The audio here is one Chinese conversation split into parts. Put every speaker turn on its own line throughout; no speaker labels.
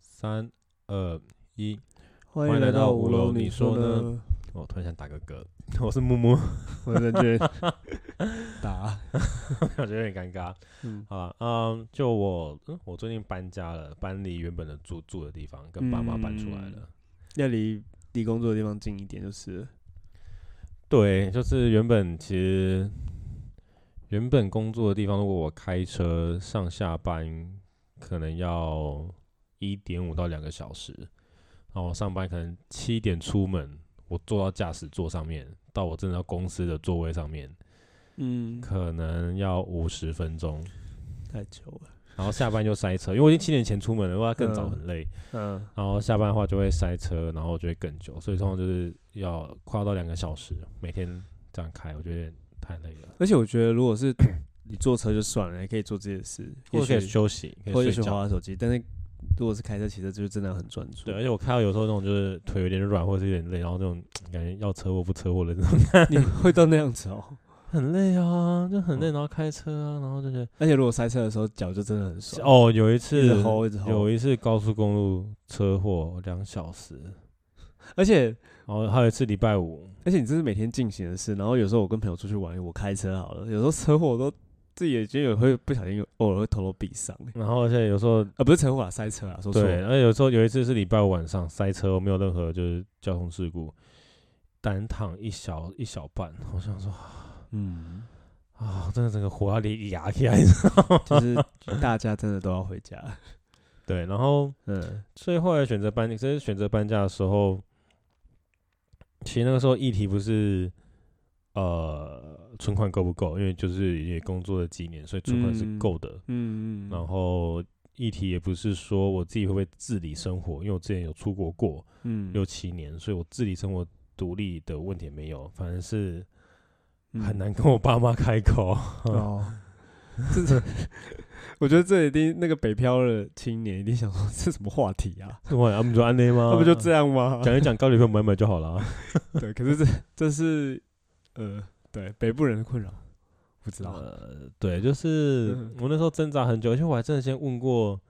三二一，
欢
迎
迎
来
来
到
到
五
五
楼
楼，
你
你
说
说呢？
我突然想打个嗝， 我是木木，
我感觉 打，
我觉得有点尴尬。
嗯，
好了，嗯，就我，嗯，我最近搬家了，搬离原本的住住的地方，跟爸妈搬出来了。
要离离工作的地方近一点就是了。
对，就是原本其实原本工作的地方，如果我开车上下班，可能要一点五到两个小时，然后我上班可能七点出门，我坐到驾驶座上面，到我真的到公司的座位上面，
嗯，
可能要五十分钟。
太久了。
然后下班就塞车，因为我已经七点前出门了，我要更早很累。
嗯，
然后下班的话就会塞车，然后就会更久，所以通常就是要跨到两个小时，每天这样开，我觉得有点太累了。
而且我觉得如果是 你坐车就算了，也可以做自己的事，
或
也
者可以
许
休息，
或
可
者
以
去
睡觉。
滑手机，但是如果是开车骑车，就是真的要很专注
对，。 而且我看到有时候那种就是腿有点软，或者是有点累，然后那种感觉要车祸不车祸的那种，
你会到那样子哦。
很累啊，就很累，然后开车啊，然后就觉得
而且如果塞车的时候，脚就真的很酸。
哦，有一
一直
次
吼一直吼
有，一次高速公路车祸两小时，
而且
然后还有一次礼拜五，
而且你这是每天进行的事，然后有时候我跟朋友出去玩，我开车好了，有时候车祸我都自己也觉得有会不小心有偶尔会头都毙伤、欸，
然后而且有时候
啊不是车祸啊塞车啊，说错
对，
了，
而且有时候有一次是礼拜五晚上塞车，我没有任何就是交通事故，单躺一小一小半，我想说
嗯，
啊，我真的整个火要离牙起来，你知道吗？
就是大家真的都要回家，
对，然后
嗯
所以后来选择搬，这是选择搬家的时候，其实那个时候议题不是呃存款够不够，因为就是也工作了几年，所以存款是
嗯
够的，
嗯
然后。议题也不是说我自己会不会自理生活，因为我之前有出国过，
嗯
六七年，所以我自理生活独立的问题也没有，反正是很难跟我爸妈开口。
嗯 哦，这是我觉得这一定那个北漂的青年一定想说这什么话题啊，
哇，他们就安内吗？
那不就这样吗？
讲一讲高女朋友买买就好 了。啊
对，可是这这是呃对北部人的困扰，不知道，
呃，对，就是
嗯
我那时候挣扎很久，而且我还真的先问过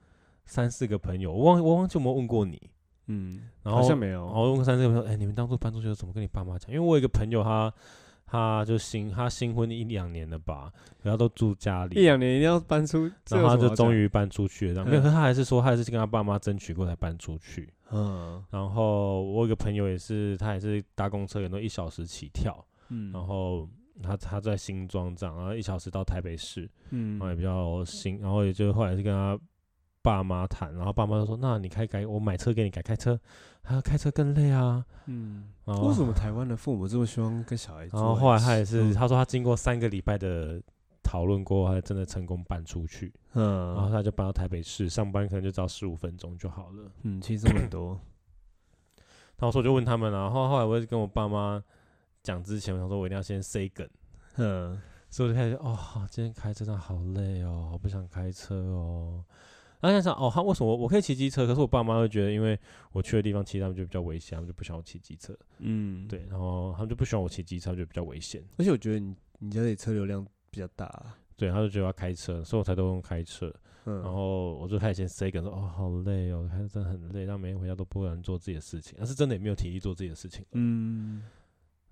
三四个朋友，我忘我忘记有没有问过你，
嗯，
然后
好像没有，
然后问过三四个朋友，哎、你们当初搬出去的时候怎么跟你爸妈讲？因为我有一个朋友他。他就新，他新婚一两年了吧，然后都住家里，
一两年一定要搬出，这
然
有
后他
什么
就
好
终
讲，
于搬出去了，这样没有，可是他还是说他还是跟他爸妈争取过才搬出去。
嗯
然后我有个朋友也是，他也是搭公车，也都一小时起跳，
嗯
然后他他在新庄这样，然后一小时到台北市，
嗯
然后也比较新，然后也就后来是跟他爸妈谈，然后爸妈就说，那你开改，我买车给你改，开车，他说开车更累啊。
嗯，
然
为什
后
么台湾的父母这么希望跟小孩住在一
然
起？
后后来他也是，
嗯
他说他经过三个礼拜的讨论过后，他真的成功搬出去。然后
嗯
他就搬到台北市上班，可能就只要十五分钟就好了。
嗯，其实这么多，
然后所以我就问他们啊，然后后来我就跟我爸妈讲之前，我想说我一定要先 say 梗，
嗯
所以我就开始哦，好今天开车真的好累哦，好不想开车哦。然后想想哦，他为什么我可以骑机车，可是我爸妈会觉得，因为我去的地方其实他们就比较危险，他们就不喜欢我骑机车。
嗯，
对，然后他们就不喜欢我骑机车，他们就比较危险。
而且我觉得你你家里车流量比较大，啊
对，他就觉得要开车，所以我才都用开车。
嗯，
然后我就开始先 say 梗说，哦，好累哦，开车真的很累，让每天回家都不能做自己的事情，但是真的也没有体力做自己的事情。
嗯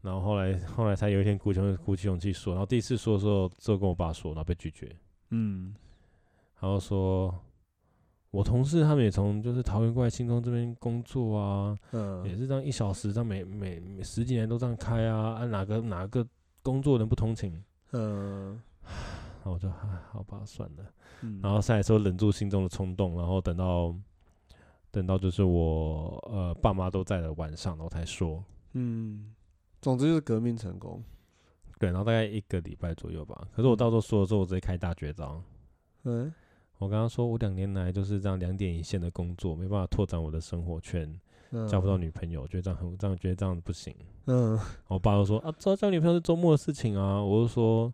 然后后来后来才有一天鼓起勇鼓起勇气说，然后第一次说的时候，之后跟我爸说，然后被拒绝，
嗯
然后说。我同事他们也从就是桃园过来新庄这边工作啊，也
嗯
是这样一小时，这样每每每十几年都这样开啊，啊哪个哪个工作人不通情，
嗯
然后我就唉好吧算了，
嗯，
然后下来之后忍住心中的冲动，然后等到等到就是我呃爸妈都在的晚上，然后才说，
嗯，总之就是革命成功，
对，然后大概一个礼拜左右吧。可是我到时候说的时候，我直接开大绝招。
嗯
我刚刚说我两年来就是这样两点一线的工作，没办法拓展我的生活圈，
嗯，
交不到女朋友，觉得这样很这样觉得这样不行。
嗯
我爸就说啊，交交女朋友是周末的事情啊。我就说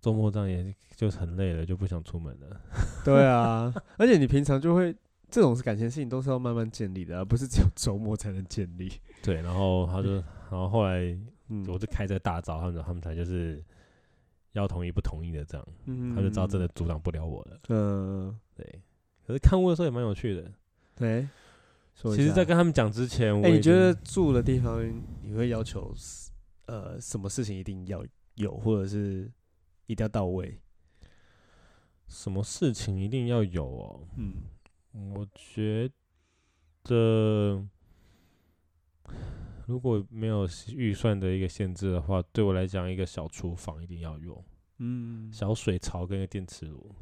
周末这样也就是很累了，就不想出门了。
对啊，而且你平常就会这种是感情的事情都是要慢慢建立的、啊，不是只有周末才能建立。
对，然后他 就，然后后来
嗯
我就开这大招，他们他们才就是要同意不同意的这样，
嗯
他就知道真的阻挡不了我了。
嗯，
对，可是看屋的时候也蛮有趣的，
对，说一
其实，
下
在跟他们讲之前，我
哎、你
已
觉得
经
住的地方你会要求是呃什么事情一定要有，或者是一定要到位？
什么事情一定要有哦？
嗯，
我觉得，如果没有预算的一个限制的话，对我来讲，一个小厨房一定要有，
嗯，
小水槽跟一个电磁 炉。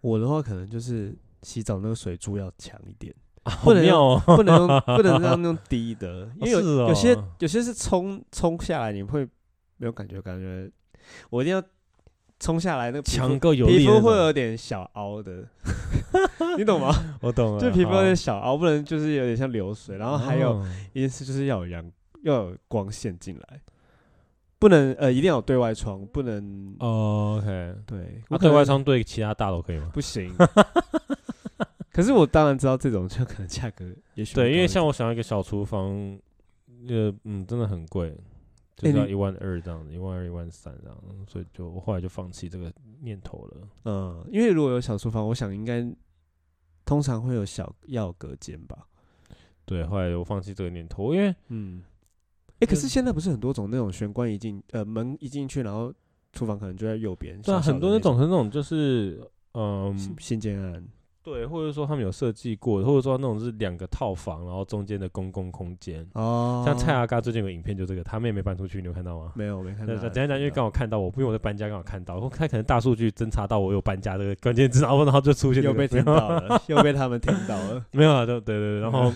我的话可能就是洗澡那个水柱要强一 点，
啊，
不
好
能
妙哦！
不能用不能让那种低的，因为有、
是
有些
哦
有些是冲冲下来你会没有感觉，感觉我一定要冲下来那个皮肤
强够有力
皮
那
肤会
种
有点小 凹的，你懂吗？
我懂了，
就皮肤有
好
点小凹，不能就是有点像流水，然后还有。
哦
一件事就是要有阳，要有光线进来，不能呃，一定要有对外窗，不能、
哦，OK，
对，
那
我
对
可
外
能
窗对其他大楼可以吗？
不行。 可是我当然知道这种就可能价格也许
对，因为
会高
像我想要一个小厨房，呃，嗯，真的很贵，就
哎
是要
你
一万二这样子，一万二、一万三这样，所以就我后来就放弃这个念头了。
一点嗯，因为如果有小厨房，我想应该通常会有小要有隔间吧。
对，后来我放弃这个念头，因为
嗯，哎、可
就是
现在不是很多种那种玄关一进呃门一进去，然后厨房可能就在右边，
对啊，
小小
很多
的
那
那
种很那种就是，嗯，
新新建案，
对，或者说他们有设计过，或者说那种是两个套房，然后中间的公共空间。
哦，
像蔡阿嘎最近有个影片，就这个，他妹妹搬出去，你有看到吗？
没有没看到
对，
啊，
简单讲，因为
看到
刚好看到我，因为我在搬家，刚好看到，他可能大数据侦查到我有搬家这个关键字，然后然后就 出现、这
又
个啊
被听到了， 嗯又被他们听到了。
没有啊，对对 对，然后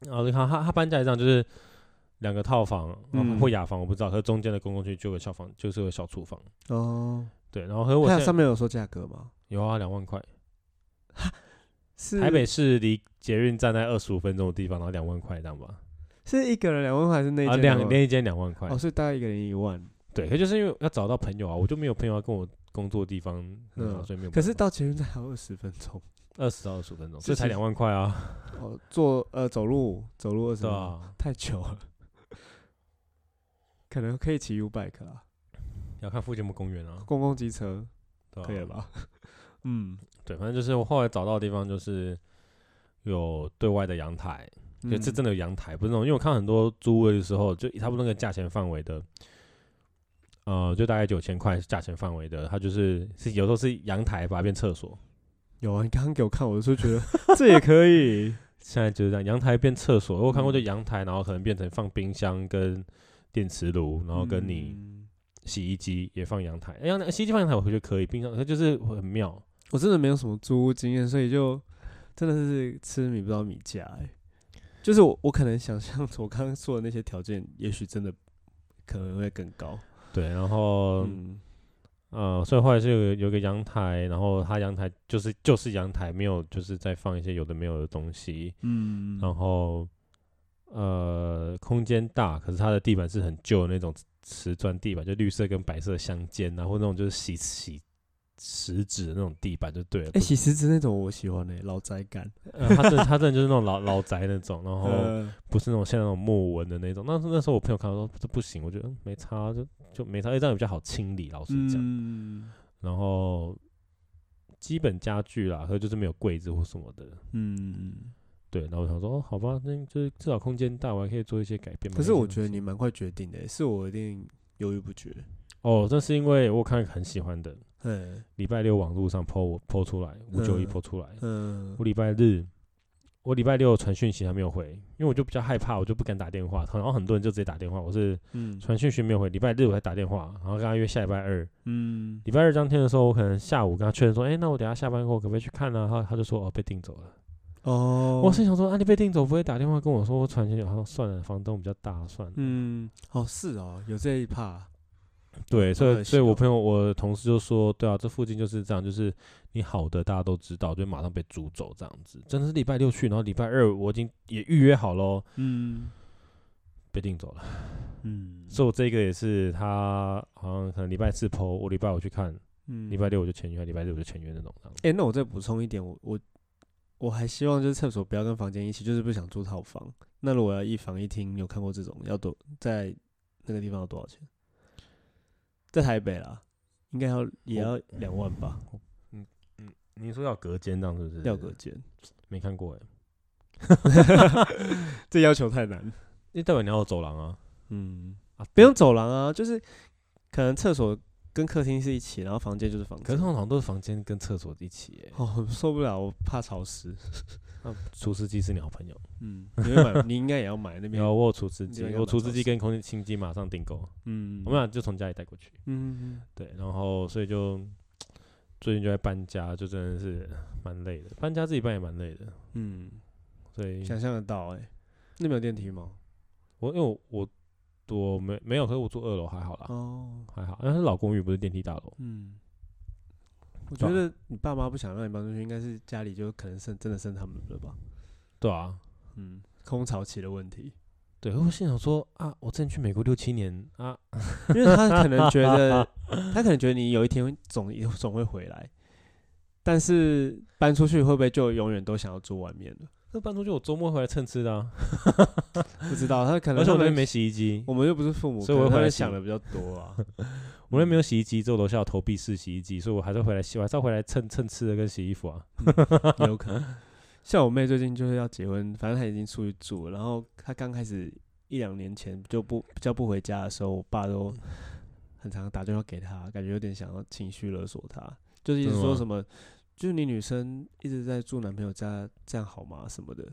然后就看他他搬家一样，就是两个套房、
嗯
或雅房，我不知道，可是中间的公共区就有个小房，就是有个小厨房。
哦，
对，然后和我现
它有
在
上面有说价格吗？
有啊，两万块，
是
台北市离捷运站在二十五分钟的地方，然后两万块这样吧，
是一个人两万块，还是那一
啊，
间
两
万
那一间两万块，
哦，所以大概一个人一万。
对，可就是因为要找到朋友啊，我就没有朋友要跟我工作的地方，嗯，
嗯
所以没有办法。
可是到捷运站还有二十分钟
二十到二十五分钟，
是
所以才
是
两万块啊，
哦，坐呃走路走路二十
对
分钟，
啊，
太久了， 可能可以骑 U bike 啦，
要看附近有没有公园啊，
公共机车
对啊
可以了吧？ 嗯，
对，反正就是我后来找到的地方就是有对外的阳台，就这
嗯
真的有阳台，不是那种，因为我看很多租位的时候，就差不多那个价钱范围的，呃，就大概九千块价钱范围的，它就是是有时候是阳台把它变厕所，
有啊，你刚刚给我看，我就觉得 这也可以。
现在就是这样，阳台变厕所，我有看过就
嗯
阳台，然后可能变成放冰箱跟电磁炉， 然后跟你
嗯
洗衣机也放阳台，哎、阳台洗衣机放阳台我觉得可以，冰箱它就是很妙，
我真的没有什么租屋经验，所以就真的是吃米不知道米价、欸。就是我我可能想象我刚刚说的那些条件，也许真的可能会更高。
对，然后。
嗯，
呃，所以后来是有有一个阳台，然后它阳台就是就是阳台，没有就是在放一些有的没有的东西，
嗯
然后呃空间大，可是它的地板是很旧的那种瓷砖地板，就绿色跟白色相间啊，或那种就是洗洗石子的那种地板就对了。
哎、洗石子那种我喜欢诶、欸老宅感。
呃它真的它真的就是那种老老宅那种，然后
呃，
不是那种像那种木纹的那种。那时候那时候我朋友看到说这不行，我觉得嗯没差，就就没差，因为这样也比较好清理，老实讲。
嗯
然后基本家具啦，和就是没有柜子或什么的。
嗯，
对，然后我想说，哦，好吧，那就是至少空间大，我还可以做一些改变嘛。
可是
一些
我
东
觉得
西
你蛮快决定的、欸，是我一定犹豫不决。
哦，这是因为我看很喜欢的，
嗯
礼拜六网络上 PO 我 PO 出来，五九一
嗯
PO 出来，
嗯
我礼拜日。我礼拜六传讯息还没有回，因为我就比较害怕，我就不敢打电话。然后很多人就直接打电话，我是
嗯
传讯息没有回，礼拜日我才打电话，然后跟他约下礼拜二。
嗯，
礼拜二当天的时候，我可能下午跟他确认说，哎、那我等一下下班后可不可以去看啊？他他就说哦被订走了。
哦，
我是想说，啊，你被订走不会打电话跟我说我传讯息，好像算了，房东比较大，算了。
嗯，哦是哦，有这一趴。
对，所
可
以
惜
所以我
哦
朋友我同事就说，对啊，这附近就是这样，就是你好的大家都知道，就马上被租走这样子。真的是礼拜六去，然后礼拜二我已经也预约好喽，
嗯
被订走了。
嗯，
所以我这个也是他好像可能礼拜四 PO，我礼拜五去看，
嗯
礼拜六我就签约，礼拜六我就签约那种这样子。
哎、那我再补充一点，我我我还希望就是厕所不要跟房间一起，就是不想住套房。那如果要一房一厅，有看过这种要多在那个地方要多少钱？在台北啦，应该要也
我
要两万吧？
嗯嗯，你说要隔间这样是不是？
吊隔 间，
没看过哎、
这要求太难。
那代表你要有走廊啊
嗯，
啊，
不用走廊啊，就是可能厕所跟客厅是一起，然后房间就是房
可
间
是。通常都是房间跟厕所一起、欸，
哦，受不了，我怕潮湿。
除湿机是你好朋友。
嗯，你会买？你应该也要买那边
然。后我有除湿机，
那边
我除湿
蛮潮
机
湿
跟空气清机马上订购，
嗯，
我们俩就从家里带过去。
嗯，嗯
对，然后所以就最近就在搬家，就真的是蛮累的，搬家自己搬也蛮累的。
嗯，
所以
嗯想象得到哎、那边有电梯吗？
我因为我我我没没有，可是我住二楼还好啦，
哦，
还好，但是老公寓不是电梯大楼。
嗯，
对
我觉
啊
得你爸妈不想让你搬出去，应该是家里就可能剩真的剩他们了吧？
对啊，
嗯，空巢期的问题，
对，我心想说啊，我之前去美国六七年啊，
因为他可能觉得， 他可能觉得你有一天总总会回来，但是搬出去会不会就永远都想要住外面了？
那搬出去我周末回来蹭吃的、啊，
不知道，他可能
而且我那边
们
没，洗衣机，
我们又不是父母，
所以我
可
会
能他
回来
们
洗
想的比较多啊。
我那边没有洗衣机，只有楼下有投币式洗衣机，所以我还是回来洗，我还是要回来蹭蹭吃的跟洗衣服啊。
有可能。像我妹最近就是要结婚，反正她已经出去住了，然后她刚开始一两年前就不比较不回家的时候，我爸都
嗯
很常打电话给她，感觉有点想要情绪勒索她，就是一直
真的
说
吗
什么，就是你女生一直在住男朋友家，这样好吗什么的。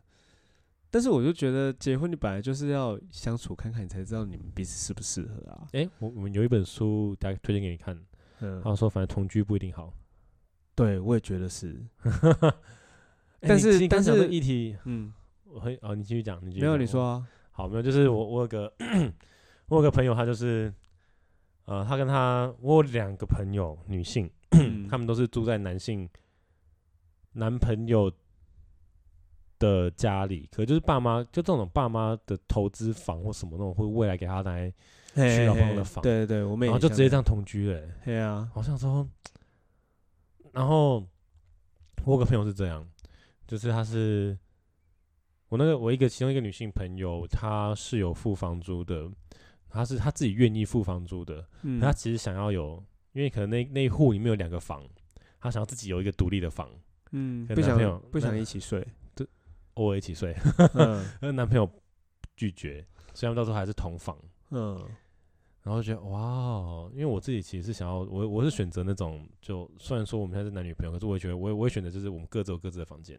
但是我就觉得结婚你本来就是要相处看看，你才知道你们彼此适不适合啊。
诶，我我们有一本书，大家推荐给你看，
嗯，
他说反正同居不一定好，
对，我也觉得是。
诶
但
你
是
其实刚
但
讲的
是
议题，
嗯，
我很哦，你继续讲，你继续
没有
讲
你
我
说 啊，
好，没有，就是我我有个 我有个朋友，他就是呃，他跟他我有两个朋友，女性，
嗯
他们都是住在男性男朋友的家里，可就是爸妈就这种爸妈的投资房或什么那种，会未来给他来，
嘿
去老
嘿
公
嘿
的房
对对对，我妹
然
也
后就
像
直接
这
这样
样，
同居了、欸。
嘿啊，
我想说，然后我有个朋友是这样，就是他是我那个我一个其中一个女性朋友，她是有付房租的，她是她自己愿意付房租的，
嗯
她其实想要有，因为可能那那一户里面有两个房，她想要自己有一个独立的房，
嗯，
跟
不
男
想
朋友
不
那
想一 起睡，
偶尔一起睡，
嗯
但 是男朋友拒绝，所以他们到时候还是同房。
嗯
然后就觉得哇哦，因为我自己其实是想要我我是选择那种就虽然说我们现在是男女朋友，可是我也觉得我也我也选择就是我们各自有各自的房间，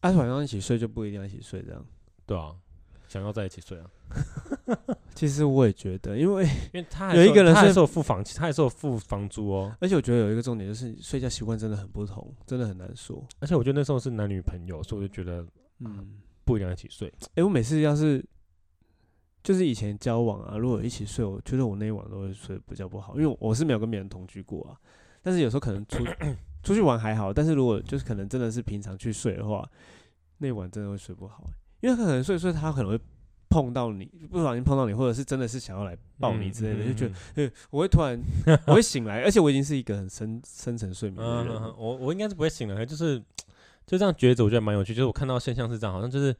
啊，晚上一起睡就不一定要一起睡这样。
对啊，想要在一起睡啊，
其实我也觉得，因为
因为他还
有一
有
个人
他还
是
是有付房，他还是有付房租哦，
而且我觉得有一个重点就是睡觉习惯真的很不同，真的很难说。
而且我觉得那时候是男女朋友，所以我就觉得
嗯，
不一定要一起睡，
哎、我每次要是就是以前交往啊，如果有一起睡，我觉得我那一晚都会睡比较不好，因为我我是没有跟别人同居过啊。但是有时候可能 出出去玩还好，但是如果就是可能真的是平常去睡的话，那一晚真的会睡不好、因为他可能睡一睡他可能会碰到你，不小心碰到你，或者是真的是想要来抱
嗯
你之类的，就觉得对，我会突然，我会醒来，而且我已经是一个很深深层睡眠的
嗯，
人
嗯嗯
了。
我我应该是不会醒来，就是就这样觉得我觉得蛮有趣，就是我看到现象是这样，好像就是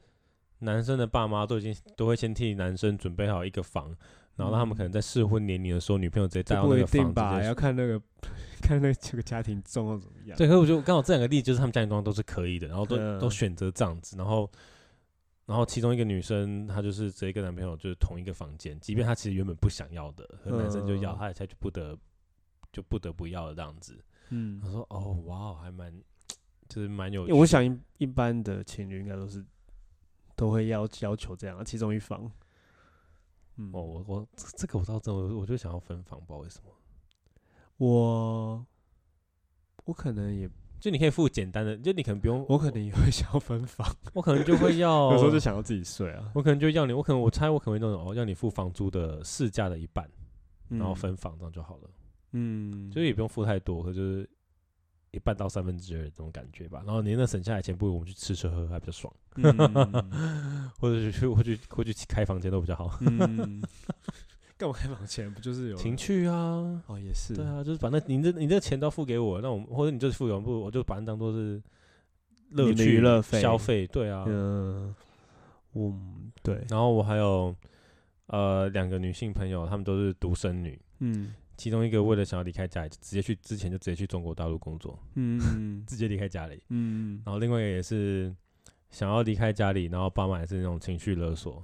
男生的爸妈都已经都会先替男生准备好一个房。然后让他们可能在适婚年龄的时候，女朋友直接带
这
到
不
那
一
个房
定
子，
吧，要看那个 看那这个家庭状况怎么样。
对，可是我觉得刚好这两个例子就是他们家庭状况都是可以的，然后都、
嗯
都选择这样子，然后然后其中一个女生她就是直接跟男朋友就是同一个房间，即便她其实原本不想要的，可男生就要，
嗯
她才就不得就不得不要的这样子。
嗯
她，说：“哦，哇哦，还蛮就是蛮有
因
趣
为我想一一般的情侣应该都是都会要要求这样，其中一方。嗯，
哦，我我这这个我倒真的我我就想要分房，不知道为什么。
我我可能也
就你可以付简单的，就你可能不用，
我可能也会想要分房，
我可能就会要，
有时候就想要自己睡啊，
我可能就要你，我可能我猜我可能会那种哦，要你付房租的市价的一半，然后
嗯，
分房这样就好了。
嗯，
就是也不用付太多，可就是一半到三分之二这种感觉吧。然后你那省下来的钱，不如我们去吃吃喝喝还比较爽，
嗯
或者是去或去或去开房间都比较好。
嗯， 干嘛开房前不就是有
情趣啊，
哦，也是
对啊，就是把那你这你这钱都付给我，那我们或者你就付给我，不如我就把它当做是乐
你的
趣
娱乐费
消费，对啊。
嗯，我们对，
然后我还有呃两个女性朋友，她们都是独生女，
嗯
其中一个为了想要离开家里，直接去之前就直接去中国大陆工作，
嗯
直接离开家里。
嗯
然后另外一个也是想要离开家里，然后爸妈也是那种情绪勒索，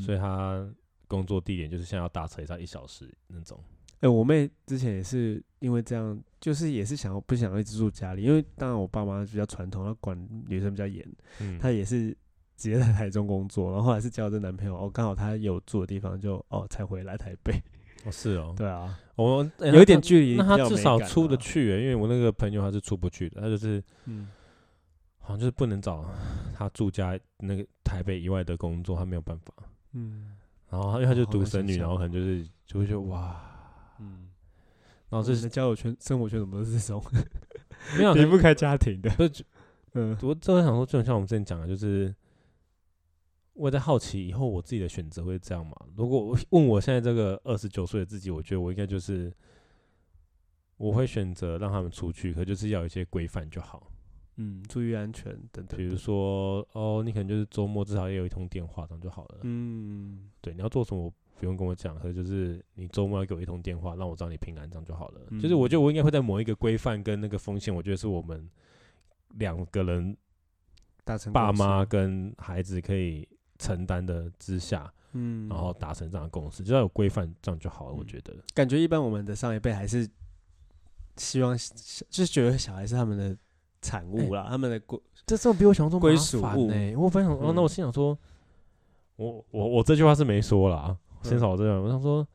所以他工作地点就是现在要搭车也是要一小时那种。
哎、我妹之前也是因为这样，就是也是想要不想要一直住家里，因为当然我爸妈比较传统，要管女生比较严，
嗯，
她也是直接在台中工作，然后后来是交了这男朋友，哦，刚好她有住的地方就哦才回来台北，
哦是哦，
对啊，
我哎
有一点
那
距离、
那他至少出得，去、欸，因为我那个朋友他是出不去的，他就是
嗯，
好像就是不能找他住家那个台北以外的工作，他没有办法。
嗯
然后他因为他就
哦好
独
难
生
想
女，
象
然后可能就是就会觉得哇，
嗯，
然后
这
这
是
是
交友圈、生活圈怎么都是这种
没有
离不开家庭的，
不是
嗯
我正在想说，就很像我们之前讲的，就是我也在好奇以后我自己的选择会是这样吗？如果我问我现在这个二十九岁的自己，我觉得我应该就是我会选择让他们出去，可就是要有一些规范就好。
嗯，注意安全等等，
比如，说，哦，你可能就是周末至少也有一通电话，这样就好了。
嗯
对，你要做什么不用跟我讲，可是就是你周末要给我一通电话，让我知道你平安，这样就好了。就是我
嗯
觉得我应该会在某一个规范跟那个风险，我觉得是我们两个人
达成
爸
共识
妈，跟孩子可以承担的之下，
嗯，
然后达成这样的共识，只要有规范，这样就好了。我
嗯
觉得，
感觉一般我们的上一辈还是希望，就是觉得小孩是他们的产物
哎
啦，他们的过，
这真的比我想象中
归
麻
属
烦
物
欸我本来想，哦，那我
嗯
心想说，我我我这句话是没说啦，先
嗯
少这样。我想说，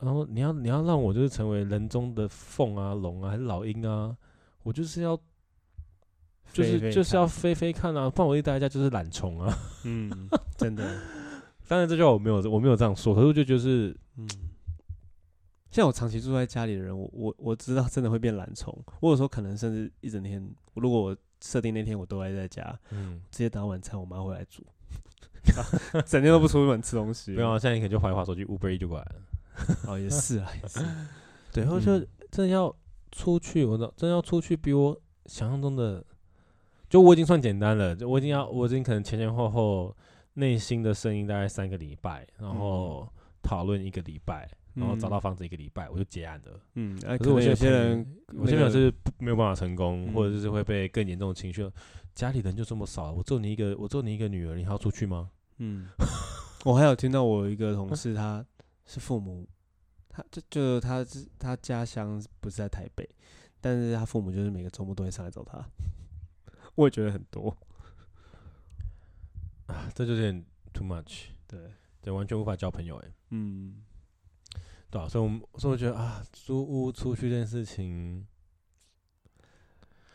然后你要你要让我就是成为人中的凤啊、龙啊，还是老鹰啊，我就是要就
飞
是
飞
就是要
看，
飞飞看啊，不然我一待在家就是懒虫啊。
嗯， 真的，
当然这句话我没有我没有这样说，可是我就觉得是
嗯。像我长期住在家里的人，我我我知道真的会变懒虫。我有时候可能甚至一整天，如果我设定那天我都待在家，
嗯。
直接打晚餐，我妈会 来煮，整天都不出门吃东西。
没有啊，现在你可能就划一划手机，Uber E 就过来了。
哦，也是啊， 也是。
对，然后就
嗯
真的要出去，我的真的要出去，比我想象中的，就我已经算简单了，就我已经要，我已经可能前前后后内心的声音大概三个礼拜，然
嗯
后讨论一个礼拜，然哦后找到房子一个礼拜，我就结案了。
嗯，嗯，哎
可
可
是我
能有
现
些
在朋友
人，
我现在
那个
就是不没有办法成功，
嗯
或者是会被更严重的情绪，家里人就这么少，啊我只有你一个，我只有你一个女儿，你还要出去吗？
嗯， 我还有听到我有一个同事，他是父母，他就就他是他家乡不是在台北，但是他父母就是每个周末都会上来找他， 我也觉得很多，
啊，这就有点 too much，
对，
对，完全无法交朋友哎、
嗯
对啊，所以我们所以我觉得啊，租屋出去这件事情，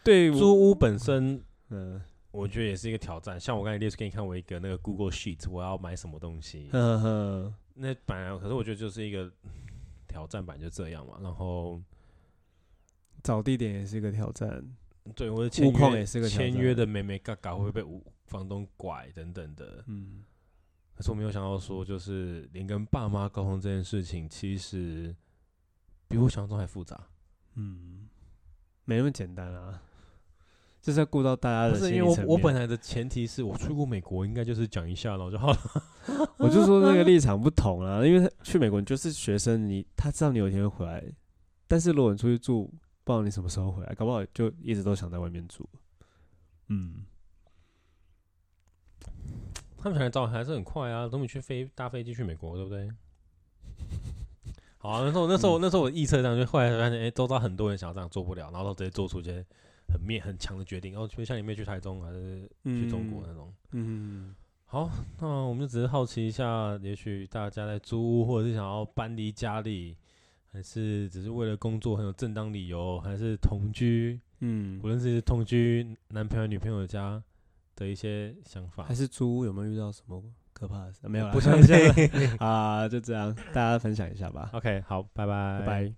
对我
租屋本身
嗯
我觉得也是一个挑战。像我刚才列出给你看我一个那个 Google Sheet，我要买什么东西，
呵呵，
那本来可是我觉得就是一个挑战版就这样嘛。然后
找地点也是一个挑战，
对我的签
物况
约
也是个挑
签约的
战
美美嘎嘎会不会被屋房东拐等等的，
嗯
可是我没有想到说，就是连跟爸妈沟通这件事情，其实比我想象中还复杂。
嗯，没那么简单啊，就是要顾到大家
不
的
是
心
因为
理
我
层
我
面
本来的前提是我去过美国，应该就是讲一下，然后就好了。
我就说那个立场不同啦，因为他去美国你就是学生，你他知道你有一天会回来，但是如果你出去住，不知道你什么时候回来，搞不好就一直都想在外面住。嗯，
他们想来找我还是很快啊，等你去飞搭飞机去美国，对不 对？好、啊，那时候那时
嗯
候、那时候我臆测这样，就后来发现，哎、周遭很多人想要这样做不了，然后都直接做出一些很面很强的决定，然哦后就像你妹去台中啊还是去中国那种。
嗯，
好，那我们就只是好奇一下，也许大家在租屋，或者是想要搬离家里，还是只是为了工作很有正当理由，还是同居，
嗯
无
嗯，
论是同居男朋友、女朋友家的一些想法
还，是租屋有没有遇到什么可怕的事？啊没有啦，
不
开
相
玩笑
信。
的啊，就这样，大家分享一下吧，
OK，好，拜拜，
拜拜。